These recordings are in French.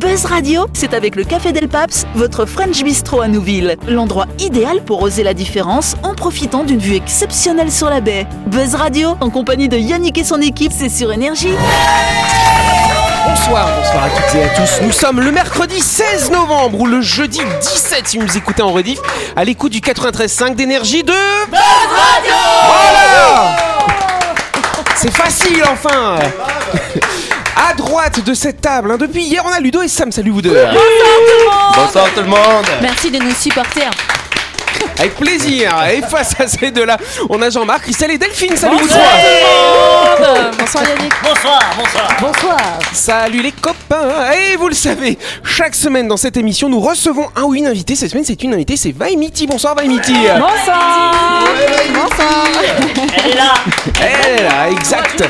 Buzz Radio, c'est avec le Café Del Paps, votre French Bistro à Nouville. L'endroit idéal pour oser la différence en profitant d'une vue exceptionnelle sur la baie. Buzz Radio, en compagnie de Yannick et son équipe, c'est sur Énergie. Bonsoir, bonsoir à toutes et à tous. Nous sommes le mercredi 16 novembre ou le jeudi 17 si vous nous écoutez en rediff, à l'écoute du 93.5 d'énergie de... Voilà C'est facile enfin À droite de cette table, hein, depuis hier on a Ludo et Sam, salut vous deux Bonsoir tout le monde Merci de nous supporter. Avec plaisir Et face à ces deux-là, on a Jean-Marc, Christelle et Delphine, salut vous trois Bonsoir Yannick. Salut les copains Et vous le savez, chaque semaine dans cette émission, nous recevons un ou une invitée. Cette semaine, c'est une invitée, c'est Vaimiti. Bonsoir Vaimiti Bonsoir. Elle est Eh là, exact.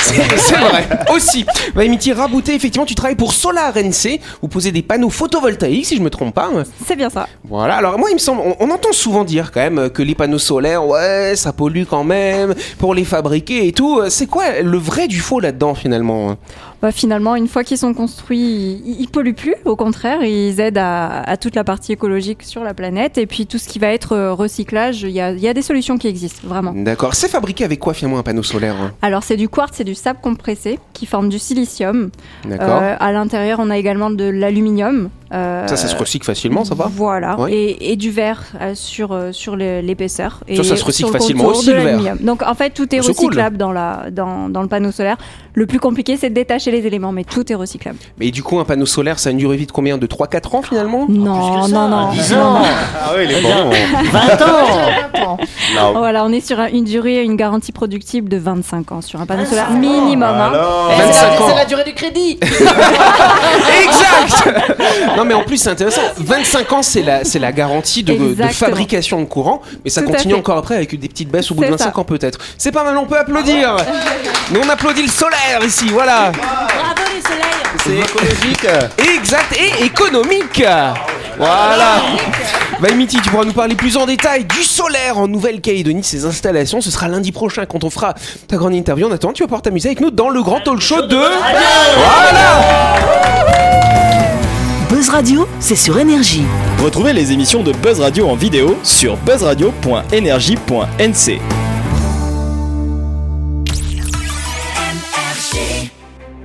C'est c'est vrai. Aussi, Vaimiti Rabouté, effectivement, tu travailles pour Solar NC. Vous posez des panneaux photovoltaïques, si je me trompe pas. hein. C'est bien ça. Voilà. Alors moi, il me semble, on, on entend souvent dire quand même que les panneaux solaires, ouais, ça pollue quand même pour les fabriquer et tout. C'est quoi le vrai du faux là-dedans finalement hein Bah, finalement, une fois qu'ils sont construits, ils, ils polluent plus. Au contraire, ils aident à, à toute la partie écologique sur la planète. Et puis tout ce qui va être euh, recyclage, il y a, il y a des solutions qui existent, vraiment. D'accord. C'est fabriqué avec quoi finalement un panneau solaire hein Alors c'est du quartz et du sable compressé qui forment du silicium. D'accord. Euh, à l'intérieur, on a également de l'aluminium. euh, ça, ça se recycle facilement, ça va Voilà. Oui. Et, et du verre euh, sur, euh, sur le- l'épaisseur. Et Ça, ça se recycle sur le facilement contour aussi, de le verre. Ah, l'aluminium. Donc en fait, tout est C'est cool. recyclable dans, la, dans, dans le panneau solaire. Le plus compliqué, c'est de détacher les éléments, mais tout est recyclable. Mais du coup, un panneau solaire, ça a une durée de vie de combien De 3-4 ans finalement Non, non, non, dix non, non. Ah oui, les Bon. Non. Oh, Voilà, on est sur un- une durée et une garantie productible de 25 ans sur un panneau solaire minimum. hein. Alors, Eh, 25 ans. Ah, C'est la durée du crédit. Exact Non mais en plus c'est intéressant, 25 ans c'est la, c'est la garantie de, de Exactement. fabrication de courant, mais ça Tout à continue fait. encore après avec des petites baisses au bout de C'est ça. Ah 25 ans peut-être. C'est pas mal, on peut applaudir Nous on applaudit le solaire ici, voilà Bravo les soleils. c'est écologique Exact et économique Voilà Valmiti, tu pourras nous parler plus en détail du solaire en Nouvelle-Calédonie, ses installations. Ce sera lundi prochain quand on fera ta grande interview. En attendant, tu vas pouvoir t'amuser avec nous dans le grand talk show de... Voilà Buzz Radio, c'est sur Énergie. Retrouvez les émissions de Buzz Radio en vidéo sur buzzradio.energie.nc.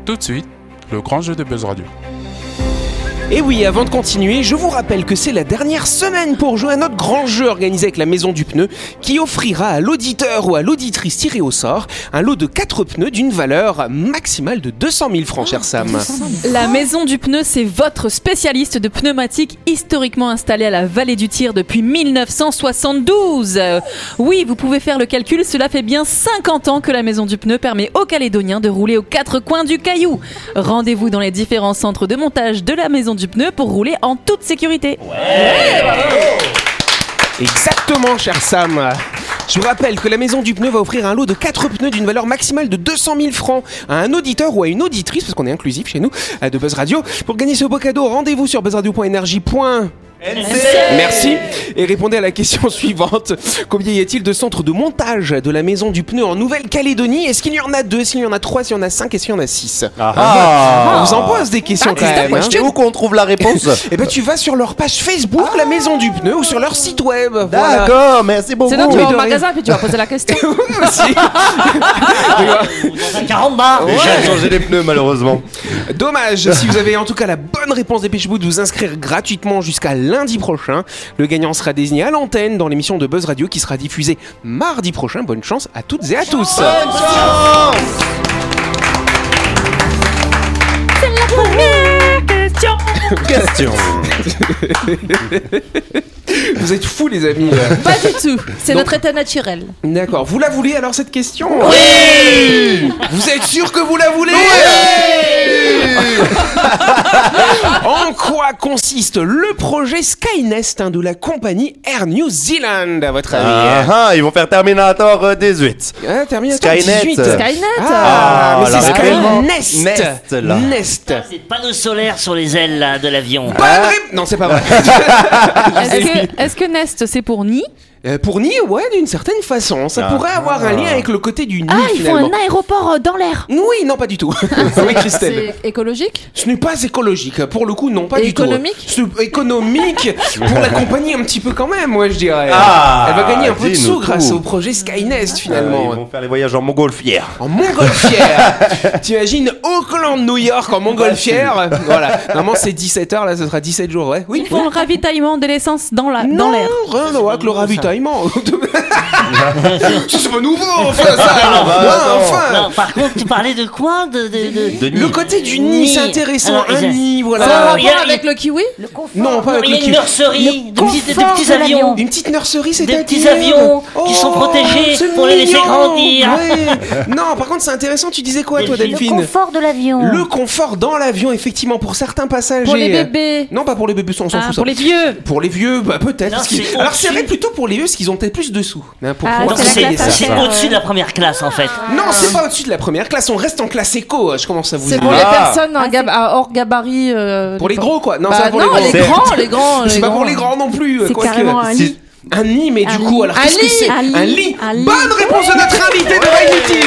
Tout de suite, le grand jeu de Buzz Radio. Et oui, avant de continuer, je vous rappelle que c'est la dernière semaine pour jouer à notre grand jeu organisé avec la Maison du Pneu qui offrira à l'auditeur ou à l'auditrice tirée au sort un lot de 4 pneus d'une valeur maximale de 200 000 francs, cher Sam. La maison du pneu, c'est votre spécialiste de pneumatique historiquement installée à la vallée du Tir depuis 1972. Euh, oui, vous pouvez faire le calcul, cela fait bien 50 ans que la maison du pneu permet aux Calédoniens de rouler aux quatre coins du caillou. Rendez-vous dans les différents centres de montage de la maison du pneu pour rouler en toute sécurité. Exactement, cher Sam. Je vous rappelle que la Maison du Pneu va offrir un lot de 4 pneus d'une valeur maximale de 200 000 francs à un auditeur ou à une auditrice, parce qu'on est inclusif chez nous, euh, de Buzz Radio. Pour gagner ce beau cadeau, rendez-vous sur buzzradio.energie. Merci. Et répondez à la question suivante. Combien y a-t-il de centres de montage de la Maison du Pneu en Nouvelle-Calédonie Est-ce qu'il y en a deux Est-ce qu'il y en a trois Est-ce qu'il y en a cinq Est-ce qu'il y en a six Ah On Ah. vous en pose des questions quand même. hein. Bah, C'est Eh, où qu'on trouve la réponse Eh ben tu vas sur leur page Facebook, la Maison du Pneu, ou sur leur site web. Voilà. D'accord, merci beaucoup C'est donc tu oui, vas de au rien. magasin et puis tu vas poser la question. Aussi. J'ai changé les pneus malheureusement Dommage, si vous avez en tout cas la bonne réponse, dépêchez-vous de vous inscrire gratuitement jusqu'à lundi prochain. Le gagnant sera désigné à l'antenne dans l'émission de Buzz Radio qui sera diffusée mardi prochain. Bonne chance à toutes et à tous. Question Vous êtes fous les amis. Pas du tout, c'est notre état naturel. D'accord, vous la voulez alors cette question Vous êtes sûr que vous la voulez En quoi consiste le projet Skynest hein, de la compagnie Air New Zealand à votre ah, avis ah, ils vont faire Terminator euh, 18 Ah, Terminator Skynet. 18. Skynet Ah, Ah, mais la c'est réponse. Sky Nest. Nest, là. Ah. Nest. Ces panneaux solaires sur les ailes là, de l'avion. Bonne rép- Non, c'est pas vrai. Est-ce que, est-ce que Nest c'est pour Ni Euh, pour Nid, ouais, d'une certaine façon. Ça Ah. pourrait avoir un lien avec le côté du nid, Ah, ils font finalement. un aéroport euh, dans l'air. Oui, non, pas du tout. oui, C'est Christelle. écologique Ce n'est pas écologique. Pour le coup, non, pas Et du économique tout. C'est économique Pour la compagnie, un petit peu quand même, ouais, je dirais. Ah, Elle va gagner un peu de dis-nous sous tout. Ah, grâce au projet Skynest, Finalement, finalement. ils vont faire les voyages en montgolfière. En montgolfière T'imagines Auckland, New York en montgolfière Voilà. Normalement, c'est 17h, là, ce sera 17 jours, ouais. Oui, Ah, Ils font le ravitaillement de l'essence dans la- dans non, l'air. rien à voir avec le ravitaillement. c'est pas nouveau, enfin, ça. Ah, bah, Ouais, attends. enfin. Non, par contre, tu parlais de quoi de, de, de- Denis, Le côté du nid, Nid. c'est intéressant. Alors, Un j'ai- nid, C'est un voilà. il y a- rapport avec le kiwi Non, pas avec Il y le a une kiwi. nurserie, de petits, de confort petits de avions. l'avion. Une petite nurserie, c'est Oh, Des petits avions qui sont protégés pour les laisser grandir. Non, par contre, c'est intéressant. Tu disais quoi, toi, Le Delphine confort de l'avion. Le confort dans l'avion, effectivement, pour certains passagers. Pour les bébés Non, pas pour les bébés, on s'en Ah, fout. ça. pour les vieux. Pour les vieux, bah peut-être. Non, parce qu'ils- c'est Alors c'est vrai au-dessus. plutôt pour les vieux, parce qu'ils ont peut-être plus de sous. hein, pour Ah, Non, pouvoir- c'est la c'est classe c'est affaire. au-dessus de la première classe en fait. Non, c'est pas au-dessus de la première classe. On reste en classe éco. euh, Je commence à vous C'est dire. pour les Ah. personnes en gab- à hors gabarit. euh, Pour les gros, quoi. Non, Bah c'est pas pour non, les les grands. grands, les grands. C'est les pas pour grands. les grands non plus. euh, C'est quoi que- carrément un c'est- lit. Un lit, mais du Un coup, lit. alors Un qu'est-ce que lit. c'est Un lit. Un lit. Un lit. Bonne réponse de notre invité de Vanity.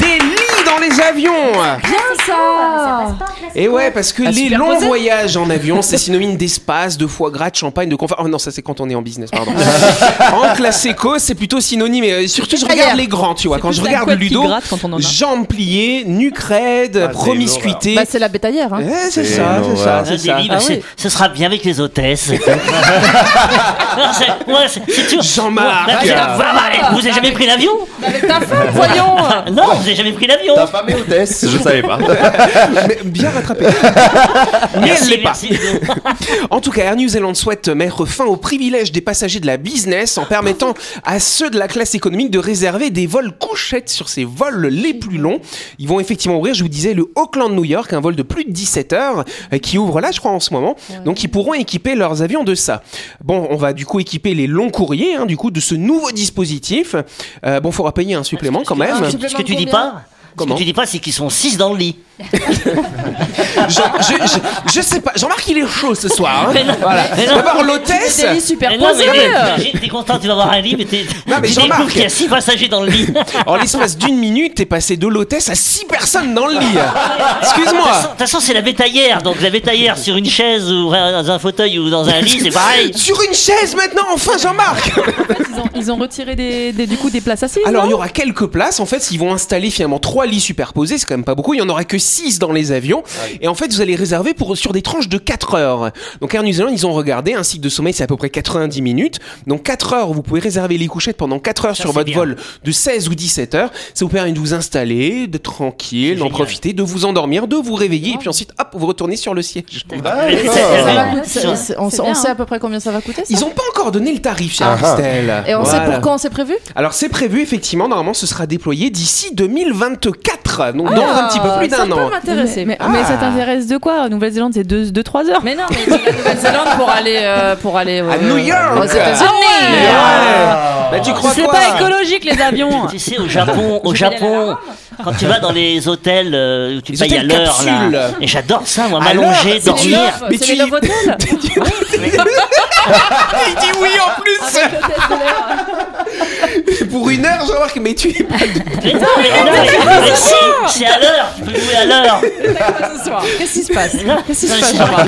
Des lits dans les avions. Bien ça Et ouais, parce que Ah, les superposé. longs voyages en avion, c'est synonyme d'espace, de foie gras, de champagne, de confort. Oh non, ça c'est quand on est en business, pardon. en classe éco, c'est plutôt synonyme. Et euh, surtout, je Ailleurs. regarde les grands, tu vois. C'est Quand plus je la regarde couette qui Ludo, gratte quand on en a. jambes pliées, nuque raide, Ah, c'est promiscuité. Bah, c'est la bétaillère. Hein. Eh, c'est C'est ça, c'est ça, l'horreur. c'est Des ça. livres, Ah c'est- oui. Ce sera bien avec les hôtesses. Non, c'est- ouais, c'est- c'est toujours- Jean-Marc. Ouais, c'est la- voilà, eh, Vous avez jamais pris l'avion Avec ta femme, voyons Non, vous avez jamais pris l'avion. Ta femme est hôtesse, je savais pas. Mais bien rattrapé. Mais elle l'est Merci, pas. merci. Ludo. En tout cas, Air New Zealand souhaite mettre fin aux privilèges des passagers de la business en permettant à ceux de la classe économique de réserver des vols couchettes sur ces vols les plus longs. Ils vont effectivement ouvrir, je vous disais, le Auckland-New York, un vol de plus de 17 heures euh, qui ouvre là, je crois, en ce moment. Donc, ils pourront équiper leurs avions de ça. Bon, on va du coup équiper les longs courriers, hein, du coup, de ce nouveau dispositif. Euh, bon, faudra payer un supplément quand même. Ce que- Ce que tu dis pas, ce que Comment tu dis pas, c'est qu'ils sont 6 dans le lit. Jean- je, je- je sais pas. Jean-Marc, il est chaud ce soir. hein. Mais non, Voilà. mais non. D'abord, C'est l'hôtesse. des lits Eh non, mais superposés t'es- t'es- t'es content, tu vas avoir un lit, mais, t'es- Non, mais tu Jean-Marc. découvres qu'il y a 6 passagers dans le lit. En l'espace d'une minute, t'es passé de l'hôtesse à six personnes dans le lit. Excuse-moi. De toute façon, c'est la bétaillère. Donc, la bétaillère sur une chaise ou dans un fauteuil ou dans un lit, c'est pareil. Sur une chaise maintenant, enfin Jean-Marc Ils ont, ils ont retiré des, des- du coup des places assises. Alors il non y aura quelques places, en fait ils vont installer finalement trois lits superposés, c'est quand même pas beaucoup, il y en aura que six dans les avions, et en fait vous allez réserver pour, sur des tranches de 4 heures. Donc Air New Zealand ils ont regardé, un cycle de sommeil c'est à peu près 90 minutes, donc 4 heures vous pouvez réserver les couchettes pendant 4 heures Ça, sur c'est votre bien. vol de 16 ou 17 heures, ça vous permet de vous installer, d'être tranquille, d'en génial. Oh. profiter, de vous endormir, de vous réveiller, et puis ensuite hop vous retournez sur le siège. Ça Ah, va D'accord. coûter- c'est- c'est- On C'est sait- on bien, sait hein. à peu près combien ça va coûter ça Ils ont pas encore donné le tarif, chère Ah ah. Christelle. Et on sait Voilà. pour quand c'est prévu Alors c'est prévu effectivement, normalement ce sera déployé d'ici 2024, donc dans un petit peu plus ça d'un peut an. m'intéresser. Oh, Mais, Ah. mais ça t'intéresse de quoi Nouvelle-Zélande, c'est 2-3 deux, deux, trois heures. Mais non, mais la Nouvelle-Zélande pour aller euh, pour aller euh, À New York. Aux États-Unis. Ah Ah Mais ouais. Bah, tu crois C'est quoi pas écologique les avions. Tu sais, au Japon, au vais aller à la Japon, quand tu vas dans les hôtels euh, où tu Les payes à hôtels l'heure, capsules. là. Et j'adore ça, moi, À l'heure, m'allonger, c'est C'est les dormir. Love- Mais c'est tu les y- Love Hotel. Il dit oui en Ah, plus hein. Pour une heure Jean-Marc, mais tu es pas Mais non, mais non, mais- mais si, c'est à l'heure, tu peux jouer à l'heure. Qu'est-ce qui se passe Non, non, mais Qu'est-ce qui se c'est passe pas-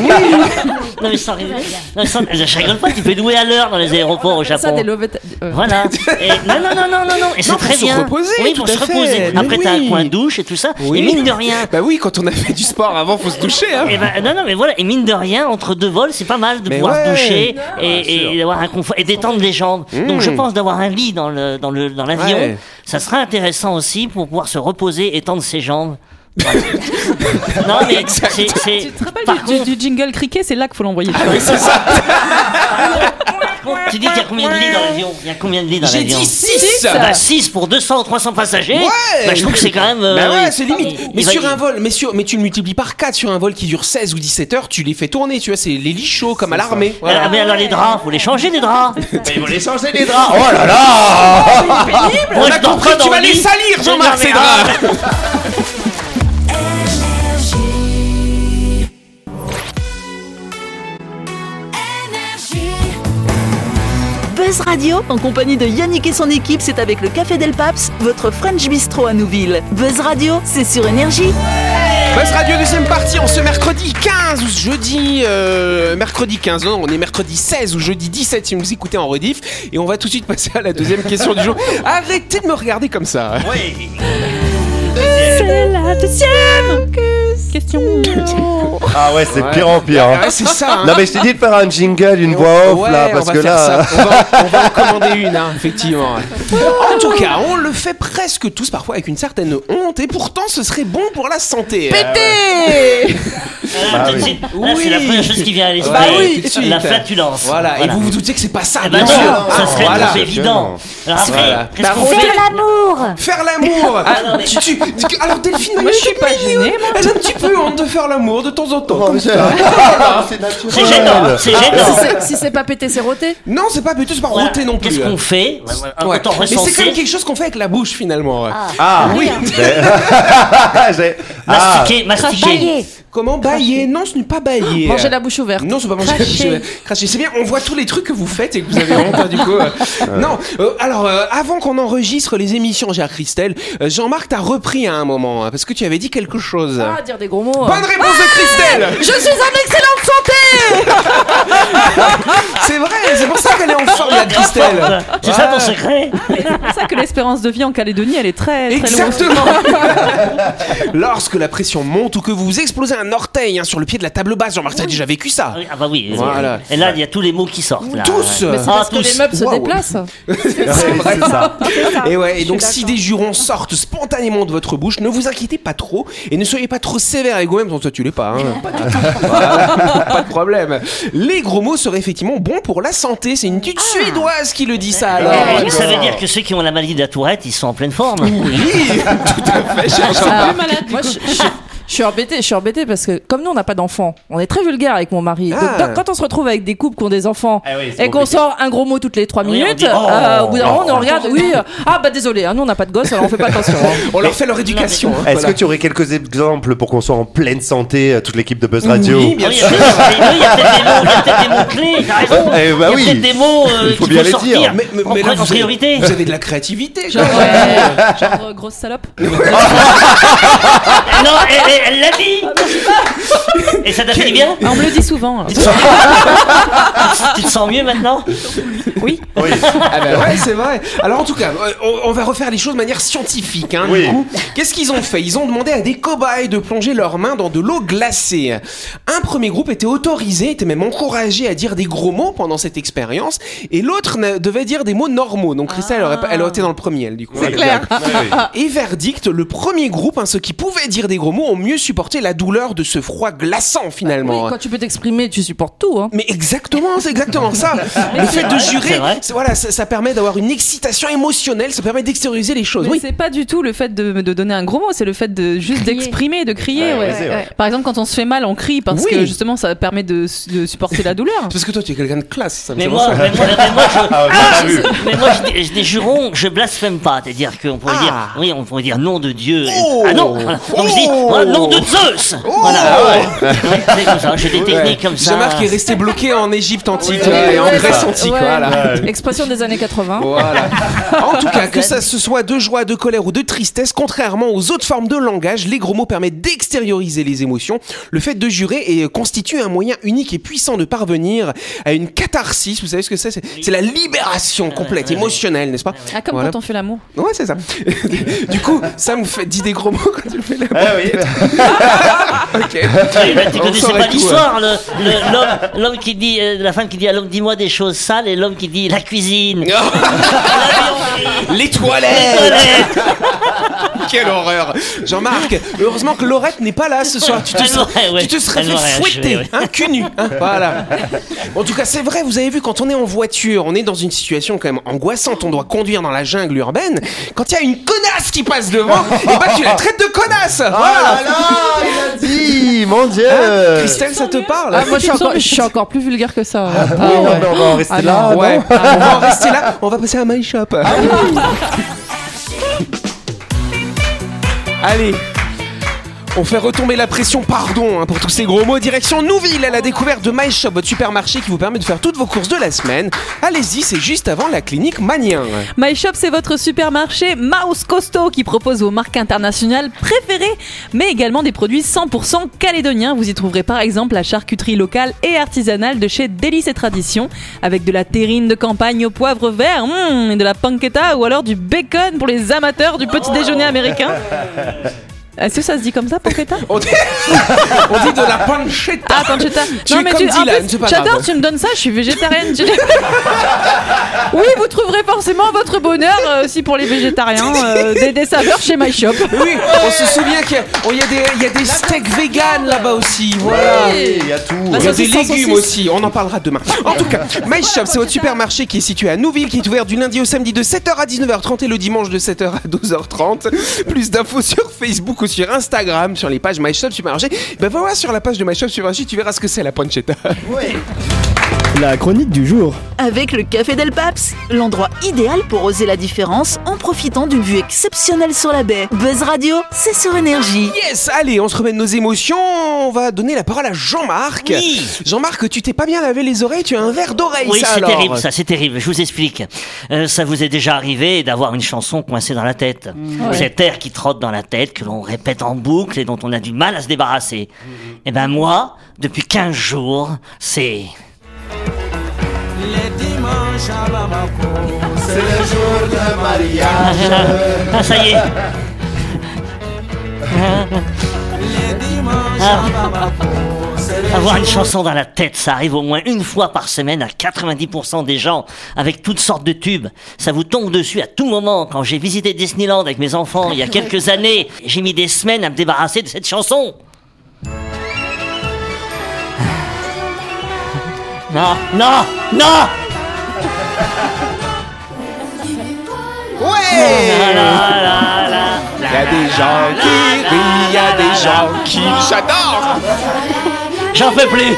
Non, mais sans rigoler. Non, mais sans- Je rigole pas, tu peux louer à l'heure dans les aéroports au Ça Japon. des Love Hotel. euh, Voilà. Et non, non, non, non, non, non. Et c'est Non, très pour se bien. reposer, Oui, tout pour à se fait. reposer. Mais Après, t'as oui. un coin douche et tout ça. Oui. Et mine de rien. Bah oui, quand on a fait du sport avant, faut se doucher hein. Et ben, non, non, mais voilà. Et mine de rien, entre deux vols, c'est pas mal de Mais pouvoir ouais. Ah, se doucher et, et d'avoir un confort et détendre les jambes. Donc, je pense d'avoir un lit dans le dans le dans l'avion, Mmh. Ouais. ça sera intéressant aussi pour pouvoir se reposer, étendre ses jambes. Voilà. non, mais c'est c'est- Tu te rappelles par du, contre, du- du jingle criquet C'est là qu'il faut l'envoyer. Ah tu dis qu'il y a combien de lits dans l'avion Il y a combien de lits dans J'ai l'avion dit 6 Ah bah 6 pour 200 ou 300 passagers. Ouais. Bah, je trouve que c'est quand même. euh, bah ouais, oui. c'est limite. Mais Il va- sur un vol, mais, sur, mais tu le multiplies par 4 sur un vol qui dure 16 ou 17 heures, tu les fais tourner, tu vois, c'est les lits chauds comme à l'armée. Voilà. Ah, mais alors les draps, faut les changer les draps. Ils vont les changer les draps. Oh là là Moi, On a je dors compris, pas Ah, tu dans vas le les lit. Ah, salir, Jean-Marc, Non, mais- ces draps. Buzz Radio, en compagnie de Yannick et son équipe, c'est avec le Café Del Paps, votre French Bistro à Nouville. Buzz Radio, c'est sur Énergie. Buzz Radio, deuxième partie, on ce mercredi 15 ou ce jeudi, euh, mercredi 15, non, on est mercredi 16 ou jeudi 17 si vous nous écoutez en rediff. Et on va tout de suite passer à la deuxième question du jour. Arrêtez de me regarder comme ça. C'est la deuxième question. Ah ouais, c'est pire en pire. hein. Ah, c'est ça, hein. Non, mais je t'ai dit de faire un jingle, une Et on- voix off ouais, là, on parce va que faire là. euh, ça. On va, on va en commander une, hein, effectivement. En tout cas, on le fait presque tous, parfois avec une certaine honte, et pourtant ce serait bon pour la santé. Ah Là, Bah tout de oui. suite, là, Oui. c'est la première chose qui vient à l'esprit. Bah oui, tout de suite. la flatulence. Voilà. et vous vous doutiez que c'est pas ça, Eh bien ben non, sûr. ça serait Voilà. c'est évident. Alors après, Voilà. Bah, qu'est-ce qu'on Faire fait Faire l'amour Ah, tu- tu- tu- Alors Delphine, moi, je suis pas gênée. Elle a un petit peu honte de faire l'amour de temps en temps. Oh, comme c'est- ça. C'est naturel. C'est Ah, gênant, c'est gênant. Si c'est- Si c'est pas pété, c'est roté. Non, c'est pas plutôt, c'est pas Voilà. roté bah, non plus. Qu'est-ce qu'on fait Bah, voilà, Ouais. Quand on Mais c'est ressent quand même quelque chose qu'on fait avec la bouche finalement. ouais. Ah Oui. Ah, j'ai- Ah, Mastiquer, mastiquer. Comment bailler Non, ce n'est pas bailler. Manger la bouche ouverte. Non, c'est pas manger la bouche. Cracher. Cracher. C'est bien, on voit tous les trucs que vous faites et que vous avez honte hein, du coup. euh. Non, euh, alors euh, avant qu'on enregistre les émissions, cher Christelle, euh, Jean-Marc t'a repris à un moment hein, parce que tu avais dit quelque chose. Ah, dire des gros mots. Bonne réponse de Christelle Je suis en excellente santé Ah, C'est vrai, c'est pour ça qu'elle est en forme, la Christelle. Ah. C'est ça ton secret C'est pour ça que l'espérance de vie en Calédonie, elle est très, très longue. Exactement. Lorsque la pression monte ou que vous explosez un orteil hein, sur le pied de la table basse, Jean-Marc, t'as déjà vécu ça. Ah oui, Ah bah oui. Voilà. Et là, il y a tous les mots qui sortent. Là. Tous. Ouais. Mais c'est Ah, parce que tous. les meubles se Waouh. déplacent. C'est vrai. ça. Et ouais, et donc si des jurons sortent spontanément de votre bouche, ne vous inquiétez pas trop et ne soyez pas trop sévère avec vous-même. Bon, Toi, tu l'es pas. hein. Voilà, pas de problème. Les gros mots seraient effectivement bons pour la santé. C'est une étude suédoise qui le dit ça. Eh, Alors. euh, Et Ah, ça veut dire que ceux qui ont la maladie de la Tourette, ils sont en pleine forme. Ah, Moi, je, je- je suis embêtée, je suis embêtée parce que comme nous on n'a pas d'enfants, on est très vulgaire avec mon mari. Donc, Ah. quand- quand on se retrouve avec des couples qui ont des enfants Ah oui, c'est et qu'on compliqué. sort un gros mot toutes les 3 Oui, on minutes, dit, oh, euh, au bout d'un oh. moment on regarde, oui, euh, ah bah désolé, hein, nous on n'a pas de gosse alors on fait pas eh. attention. hein. On leur fait leur éducation. hein, Est-ce voilà. que tu aurais quelques exemples pour qu'on soit en pleine santé, euh, toute l'équipe de Buzz Radio Oui, bien Oui, il y sûr. a peut-être des- il y a peut-être des mots- il y a peut-être des mots clés, t'as raison. Eh bah il y a oui. peut-être des mots euh, Il faut qu'il faut bien les dire. sortir Mais- mais- en mais là, première vous avez- priorité. Vous avez de la créativité. Genre, quoi. euh, genre, euh, grosse salope. Ah non, elle- elle elle l'a Ah, bah, dit Et ça t'a fait du bien Ah, on me le dit souvent. hein. Tu te sens mieux maintenant Oui. Ah bah ouais, c'est vrai. Alors en tout cas, euh, on, on va refaire les choses de manière scientifique. Hein, du Oui. coup. Qu'est-ce qu'ils ont fait Ils ont demandé à des cobayes de plonger leurs mains dans de l'eau glacée. Un premier groupe était autorisé, était même encouragé à dire des gros mots pendant cette expérience, et l'autre ne- devait dire des mots normaux. Donc Christelle, elle aurait pas- elle aurait été dans le premier, elle, du coup. C'est clair. Oui. Et verdict, le premier groupe, hein, ceux qui pouvaient dire des gros mots, ont mieux supporté la douleur de ce froid glaçant finalement. Oui, quand tu peux t'exprimer, tu supportes tout. hein. Mais exactement, c'est exactement ça. Le c'est fait de vrai, jurer, c'est vrai. c'est- voilà, ça, ça permet d'avoir une excitation émotionnelle, ça permet d'extérioriser les choses. Mais Oui. c'est pas du tout le fait de, de donner un gros mot, c'est le fait de juste Crier. d'exprimer, de crier. Ouais, ouais. vas-y, ouais. Par exemple, quand on se fait mal, on crie parce Oui. que justement, ça permet de, de supporter la douleur. Parce que toi, tu es quelqu'un de classe. Ça me Mais fait moi, penser. mais moi, mais moi, je, Ah, on l'a vu. mais moi, j'ai des- j'ai des jurons, je blasphème pas. C'est-à-dire qu'on pourrait Ah. dire, oui, on pourrait dire nom de Dieu. et- Oh. Ah non, voilà. donc je dis, Oh. Ah voilà, nom de Zeus. Voilà, ouais. Ouais, c'est comme ça, j'ai des techniques comme ça. Jean-Marc est resté bloqué en Égypte antique Oui, là, et en ouais, Grèce ça. antique. Ouais. Voilà. Expression des années 80. Voilà. En tout cas, que ça se soit de joie, de colère ou de tristesse, contrairement aux autres formes de langage, les gros mots permettent d'extérioriser les émotions. Le fait de jurer et constitue un moyen unique et puissant de parvenir à une catharsis. Vous savez ce que c'est C'est c'est la libération complète, ouais, ouais. émotionnelle, n'est-ce pas Ah, comme Voilà. quand on fait l'amour. Ouais, c'est ça. du coup, ça me fait dit des gros mots quand tu le fais là. Ah oui. Ok. Oui, bah, tu On connaissais saurait pas tout, hein. l'histoire. hein. le- le- L'homme l'homme qui dit, euh, la femme qui dit à l'homme, dis-moi des choses sales, et l'homme qui dit, la cuisine. Oh, Ah, L'avion. Les toilettes Toilette. Quelle horreur Jean-Marc, heureusement que Laurette n'est pas là ce soir. Tu te, Elle serais- m'aurait, ouais. tu te serais Elle fait m'aurait fouetter, achevé, ouais. hein, cul nu. hein, voilà. En tout cas, c'est vrai, vous avez vu, quand on est en voiture, on est dans une situation quand même angoissante. On doit conduire dans la jungle urbaine. Quand il y a une connasse qui passe devant, et bah tu la traites de connasse Voilà Ah là là, il a dit, mon Dieu. euh. Hein, Christelle, ça te parle Ah, moi je suis, encore, je suis encore plus vulgaire que hein. ça. Ah, Oui, ouais. non, mais on va en rester Ah, là. non Ouais, on va en rester là, on va passer à My Shop. Allez On fait retomber la pression, pardon hein, pour tous ces gros mots. Direction Nouville à la découverte de My Shop, votre supermarché qui vous permet de faire toutes vos courses de la semaine. Allez-y, c'est juste avant la clinique Manien. My Shop, c'est votre supermarché Mouse Costaud qui propose vos marques internationales préférées, mais également des produits 100% calédoniens. Vous y trouverez par exemple la charcuterie locale et artisanale de chez Délices et Traditions, avec de la terrine de campagne au poivre vert, hum, et de la panqueta ou alors du bacon pour les amateurs du petit déjeuner américain. Est-ce que ça se dit comme ça, panqueta On dit, on dit de la pancetta. Ah, pancetta. Tu es comme en Dylan, plus, c'est pas j'adore, grave. tu me donnes ça, je suis végétarienne. tu- oui, vous trouverez forcément votre bonheur euh, aussi pour les végétariens, euh, des, des saveurs chez My Shop. Oui, on se souvient qu'il y a, oh, il y a des, il y a des steaks vegan là-bas aussi. Voilà. Il y a tout. Bah, Il y a Saucisse des sans légumes saucisse. aussi, on en parlera demain. En tout cas, My Shop, c'est votre supermarché qui est situé à Nouville, qui est ouvert du lundi au samedi de 7h à 19h30 et le dimanche de 7h à 12h30. Plus d'infos sur Facebook ou sur Instagram, sur les pages My Shop Supermarché. Ben voilà, sur la page de My Shop Supermarché, tu verras ce que c'est la pancetta. La chronique du jour. Avec le Café Del Paps, l'endroit idéal pour oser la différence en profitant d'une vue exceptionnelle sur la baie. Buzz Radio, c'est sur énergie. Yes, allez, on se remet de nos émotions. On va donner la parole à Jean-Marc. Oui. Jean-Marc, tu t'es pas bien lavé les oreilles, tu as un verre d'oreille, Oui, ça c'est alors. terrible, ça, c'est terrible. Je vous explique. Euh, ça vous est déjà arrivé d'avoir une chanson coincée dans la tête. Cet air qui trotte dans la tête, que l'on répète en boucle et dont on a du mal à se débarrasser. Eh ben moi, depuis 15 jours, c'est... C'est le jour de Ah, mariage. ah, ça y est. Ah. Avoir une chanson dans la tête, ça arrive au moins une fois par semaine à 90% des gens, avec toutes sortes de tubes. Ça vous tombe dessus à tout moment. Quand j'ai visité Disneyland avec mes enfants il y a quelques années, j'ai mis des semaines à me débarrasser de cette chanson. Ah. Non, non, non Ouais Ah là là. Il y a des gens qui rient, il y a des gens qui j'adore. J'en peux plus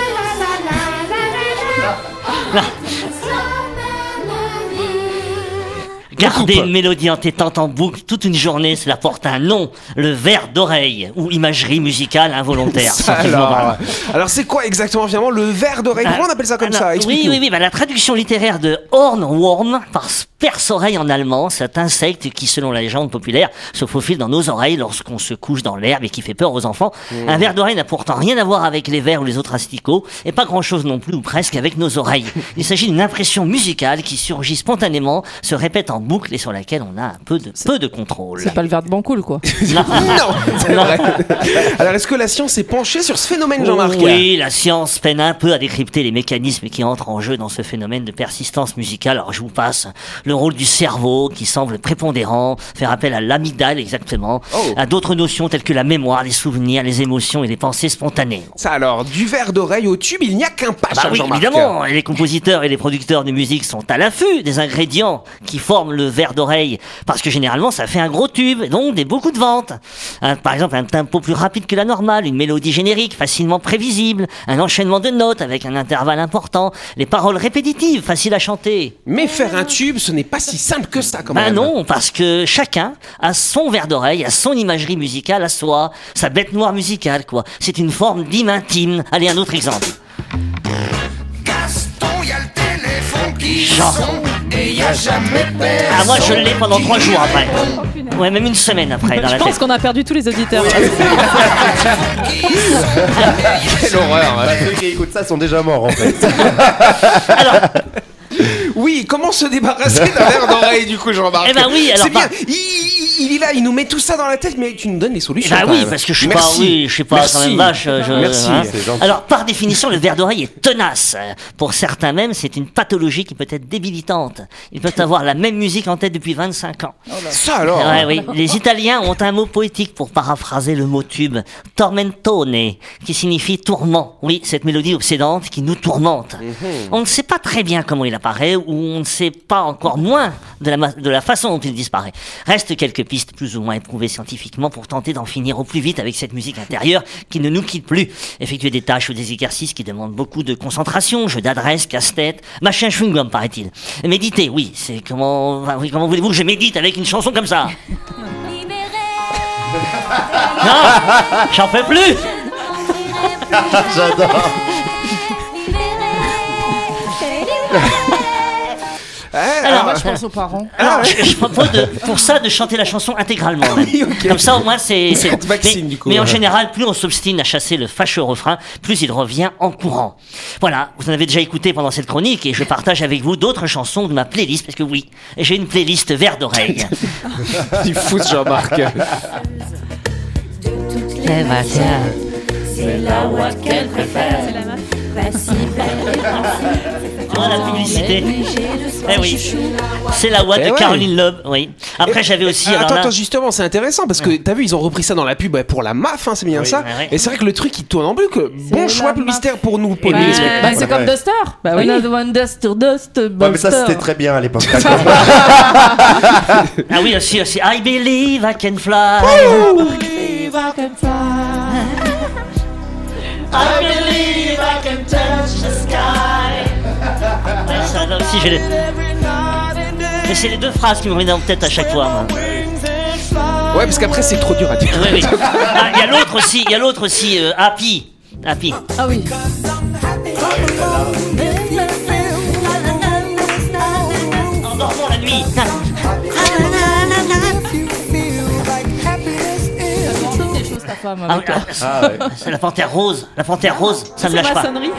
Garder une mélodie entêtante en boucle toute une journée, cela porte un nom, le verre d'oreille, ou imagerie musicale involontaire. Ça, alors, alors c'est quoi exactement finalement le verre d'oreille Comment on appelle ça comme Ah, Alors, ça Oui, Explique-nous. oui, oui. bah, la traduction littéraire de Hornworm par perce-oreille en allemand, cet insecte qui, selon la légende populaire, se faufile dans nos oreilles lorsqu'on se couche dans l'herbe et qui fait peur aux enfants. Hmm. Un ver d'oreille n'a pourtant rien à voir avec les vers ou les autres asticots, et pas grand-chose non plus, ou presque, avec nos oreilles. Il s'agit d'une impression musicale qui surgit spontanément, se répète en boucle et sur laquelle on a un peu de, peu de contrôle. C'est pas le verre de Bancoul, quoi. Non, c'est vrai. Alors est-ce que la science est penchée sur ce phénomène, Jean-Marc Oui, la science peine un peu à décrypter les mécanismes qui entrent en jeu dans ce phénomène de persistance musicale. Alors je vous passe le rôle du cerveau qui semble prépondérant, faire appel à l'amygdale exactement, Oh. à d'autres notions telles que la mémoire, les souvenirs, les émotions et les pensées spontanées. Ça alors, du verre d'oreille au tube, il n'y a qu'un pas, Bah cher oui, Jean-Marc. évidemment, et les compositeurs et les producteurs de musique sont à l'affût des ingrédients qui forment le verre d'oreille, parce que généralement ça fait un gros tube, et donc des beaucoup de ventes. Un- par exemple, un tempo plus rapide que la normale, une mélodie générique facilement prévisible, un enchaînement de notes avec un intervalle important, les paroles répétitives faciles à chanter. Mais faire un tube, ce n'est pas si simple que ça quand Bah même. non, parce que chacun a son verre d'oreille, a son imagerie musicale à soi, sa bête noire musicale, quoi. C'est une forme d'hymne intime. Allez, un autre exemple. Gaston, y a le téléphone qui sonne et y a jamais Ah, moi, je l'ai pendant trois jours après. Ouais, même une semaine après, dans Je la pense tête. qu'on a perdu tous les auditeurs. Quelle horreur. Bah, ceux qui écoutent ça sont déjà morts en fait. Oui, comment se débarrasser d'un verre d'oreille du coup, Jean-Marc Eh ben oui, alors, C'est bien. bah- Il, il- il est là, il nous met tout ça dans la tête, mais tu nous donnes les solutions. Bah quand oui, même. parce que je suis Merci. pas, oui, je suis pas quand Merci. même vache. euh, je- Merci. hein. c'est gentil. Alors, par définition, le verre d'oreille est tenace. Euh, Pour certains même, c'est une pathologie qui peut être débilitante. Ils peuvent avoir la même musique en tête depuis 25 ans. Ça alors. Ouais, oui. Les Italiens ont un mot poétique pour paraphraser le mot tube, tormentone, qui signifie tourment. Oui, cette mélodie obsédante qui nous tourmente. Mhm. On ne sait pas très bien comment il apparaît, ou on ne sait pas encore moins de la, ma- de la façon dont il disparaît. Restent quelques pistes plus ou moins éprouvées scientifiquement pour tenter d'en finir au plus vite avec cette musique intérieure qui ne nous quitte plus. Effectuer des tâches ou des exercices qui demandent beaucoup de concentration, jeu d'adresse, casse-tête, machin chewing-gum paraît-il. Méditer, oui, c'est comment, enfin, oui, comment voulez-vous que je médite avec une chanson comme ça? Libéré Non, j'en peux plus. J'adore. Alors, Eh, euh, Moi, je pense aux parents. Ah. Alors, je, je propose de- pour ça de chanter la chanson intégralement. même. Comme ça, au moins, c'est. c'est- Faites Maxime, mais, du coup. mais en général, plus on s'obstine à chasser le fâcheux refrain, plus il revient en courant. Voilà, vous en avez déjà écouté pendant cette chronique et je partage avec vous d'autres chansons de ma playlist, parce que oui, j'ai une playlist vert d'oreille. Il fout ce Jean-Marc. Eh ben, tiens. Ah, la publicité. Eh oui. C'est la Watt Eh de ouais. Caroline Loeb, oui. Après, j'avais aussi. alors Ah, Attends, là- attends, justement, c'est intéressant parce que t'as vu, ils ont repris ça dans la pub euh, pour la MAF, hein, c'est bien Oui, ça. ouais, ouais. Et c'est vrai que le truc il tourne en boucle. Bon la choix MAF. publicitaire pour nous, pour Bah, nous, les spectateurs. bah, c'est comme Duster. Bah oui. Another one Duster, Dust, Ouais, mais ça, Buster. c'était très bien à l'époque. Ah oui, aussi, aussi. I believe I can fly. I believe I can touch the sky. Ouais, Ah, ça, là aussi, j'ai les- Mais c'est les deux phrases qui me reviennent en tête à chaque fois. moi. euh, Ouais, parce qu'après, c'est trop dur à dire. Oui, oui. Ah, Il y a l'autre aussi, il y a l'autre aussi, euh, Happy. Happy. Ah oui. En dormant la nuit. Ah, ah, Ah, ouais. c'est la panthère rose. La panthère rose, ça me euh, C'est lâche ma pas. sonnerie.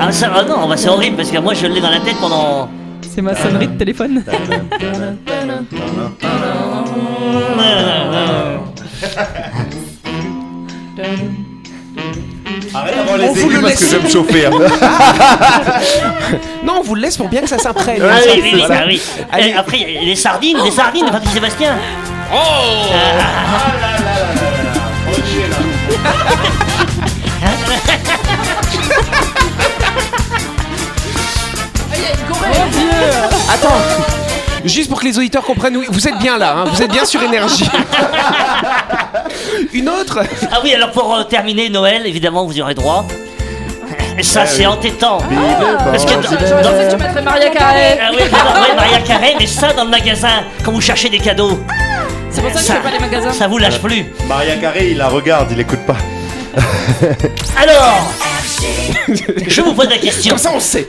Ah, ça, ah non, bah, c'est horrible parce que moi je l'ai dans la tête pendant. C'est ma sonnerie de téléphone. Arrête d'avoir On les vous aigus le parce que laisse. je vais me chauffer. Non, on vous le laisse pour bien que ça Hein, s'imprègne. Ah Ça, oui, oui, c'est oui, ça. bah oui. Allez. Et après, les sardines, les sardines, Patrick Sébastien. Attends. Juste pour que les auditeurs comprennent, oui, vous êtes bien là, hein, vous êtes bien sur énergie. Une autre Ah oui, alors pour euh, terminer Noël, évidemment, vous y aurez droit. Ça, Ah c'est oui. entêtant. Parce que dans- Je pensais que tu mettrais Maria Carey. Ah oui, j'adore, ouais, Maria Carré, mais ça dans le magasin, quand vous cherchez des cadeaux, C'est pour ça que je fais pas les magasins. ça vous lâche plus. Maria Carré, il la regarde, il écoute pas. Alors, je vous pose la question. Comme ça, on sait.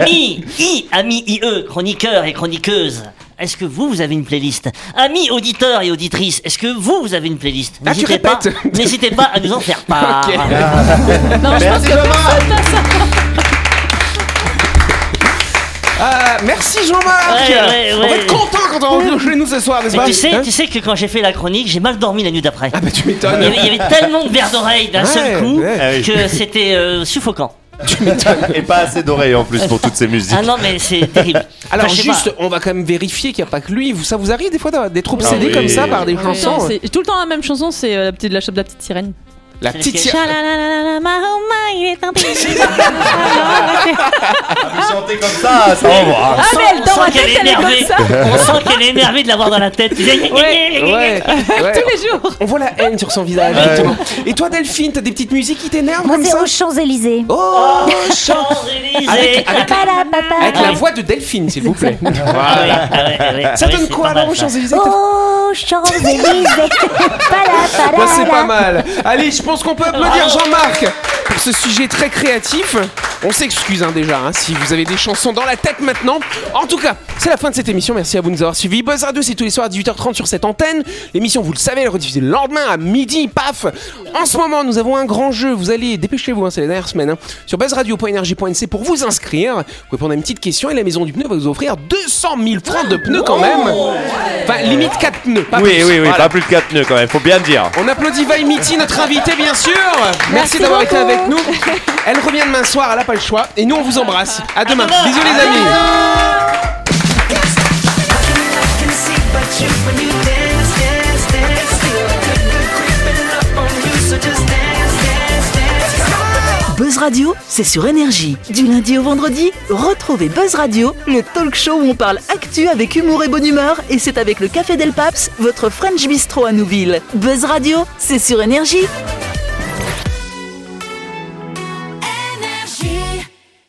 Amis, I, amis IE, chroniqueurs et chroniqueuses, est-ce que vous, vous avez une playlist Amis auditeurs et auditrices, est-ce que vous, vous avez une playlist Ah, tu N'hésitez pas, répètes. n'hésitez pas à nous en faire part. Ok. Merci, maman. Ah, merci Jean-Marc Ouais, ouais, On va ouais. être content quand on revient chez nous ce soir, n'est-ce Mais pas tu sais, Hein tu sais que quand j'ai fait la chronique, j'ai mal dormi la nuit d'après. Ah bah tu Il y m'étonnes avait, il y avait tellement de verres d'oreille d'un Ouais, seul coup ouais. Ah oui. que c'était euh, suffocant. Et pas assez d'oreilles en plus pour toutes ces musiques. Ah non, mais c'est terrible. Alors Enfin, je sais juste, pas. on va quand même vérifier qu'il n'y a pas que lui. Vous- Ça vous arrive des fois d'avoir d'être obsédé Ah oui. comme ça par des Oui. chansons C'est tout le temps la même chanson, c'est euh, la petite la chope de la petite sirène. La C'est petite... lequel sirène- Chalalalala, ma oh my, il est un petit- Vous chantez comme ça, ça envoie. Ah, On sent- mais elle on dort sent à qu'elle tête, est elle est comme énervée. ça. On sent qu'elle est énervée de l'avoir dans la tête. Ouais, ouais. Tous les jours. On voit la haine sur son visage. Ouais. effectivement. Et toi, Delphine, t'as des petites musiques qui t'énervent comme ça Champs-Élysées. Oh, chante Champs-Élysées. Avec- avec- Avec la voix de Delphine, s'il vous plaît. Ah ouais, ah ouais, ah ouais, Ça ah ouais, donne c'est quoi pas mal, alors aux ça. Champs-Élysées Oh, Champs-Élysées. Bah, c'est pas mal. Allez, je pense qu'on peut applaudir Bravo. Jean-Marc pour ce sujet très créatif. On s'excuse hein, déjà hein, si vous avez des chansons dans la tête maintenant. En tout cas, c'est la fin de cette émission. Merci à vous de nous avoir suivis. Buzz Radio, c'est tous les soirs à 18h30 sur cette antenne. L'émission, vous le savez, elle est rediffusée le lendemain à midi. Paf En ce moment, nous avons un grand jeu. Vous allez, dépêchez-vous, hein, c'est les dernières semaines, hein, sur buzzradio.energie.nc pour vous inscrire. Vous pouvez prendre une petite question et la maison du pneu va vous offrir 200 000 francs de pneus quand même. Enfin, limite 4 pneus. Pas Oh, Oui, plus. oui, oui, Voilà. pas plus de 4 nœuds quand même, faut bien le dire. On applaudit Vaimiti, notre invitée, bien sûr. Merci, d'avoir été avec nous. Elle revient demain soir, elle n'a pas le choix. Et nous, on vous embrasse. À demain. Bisous, les amis. Buzz Radio, c'est sur énergie. Du lundi au vendredi, retrouvez Buzz Radio, le talk show où on parle actu avec humour et bonne humeur et c'est avec le Café Del Paps, votre French Bistro à Nouville. Buzz Radio, c'est sur énergie.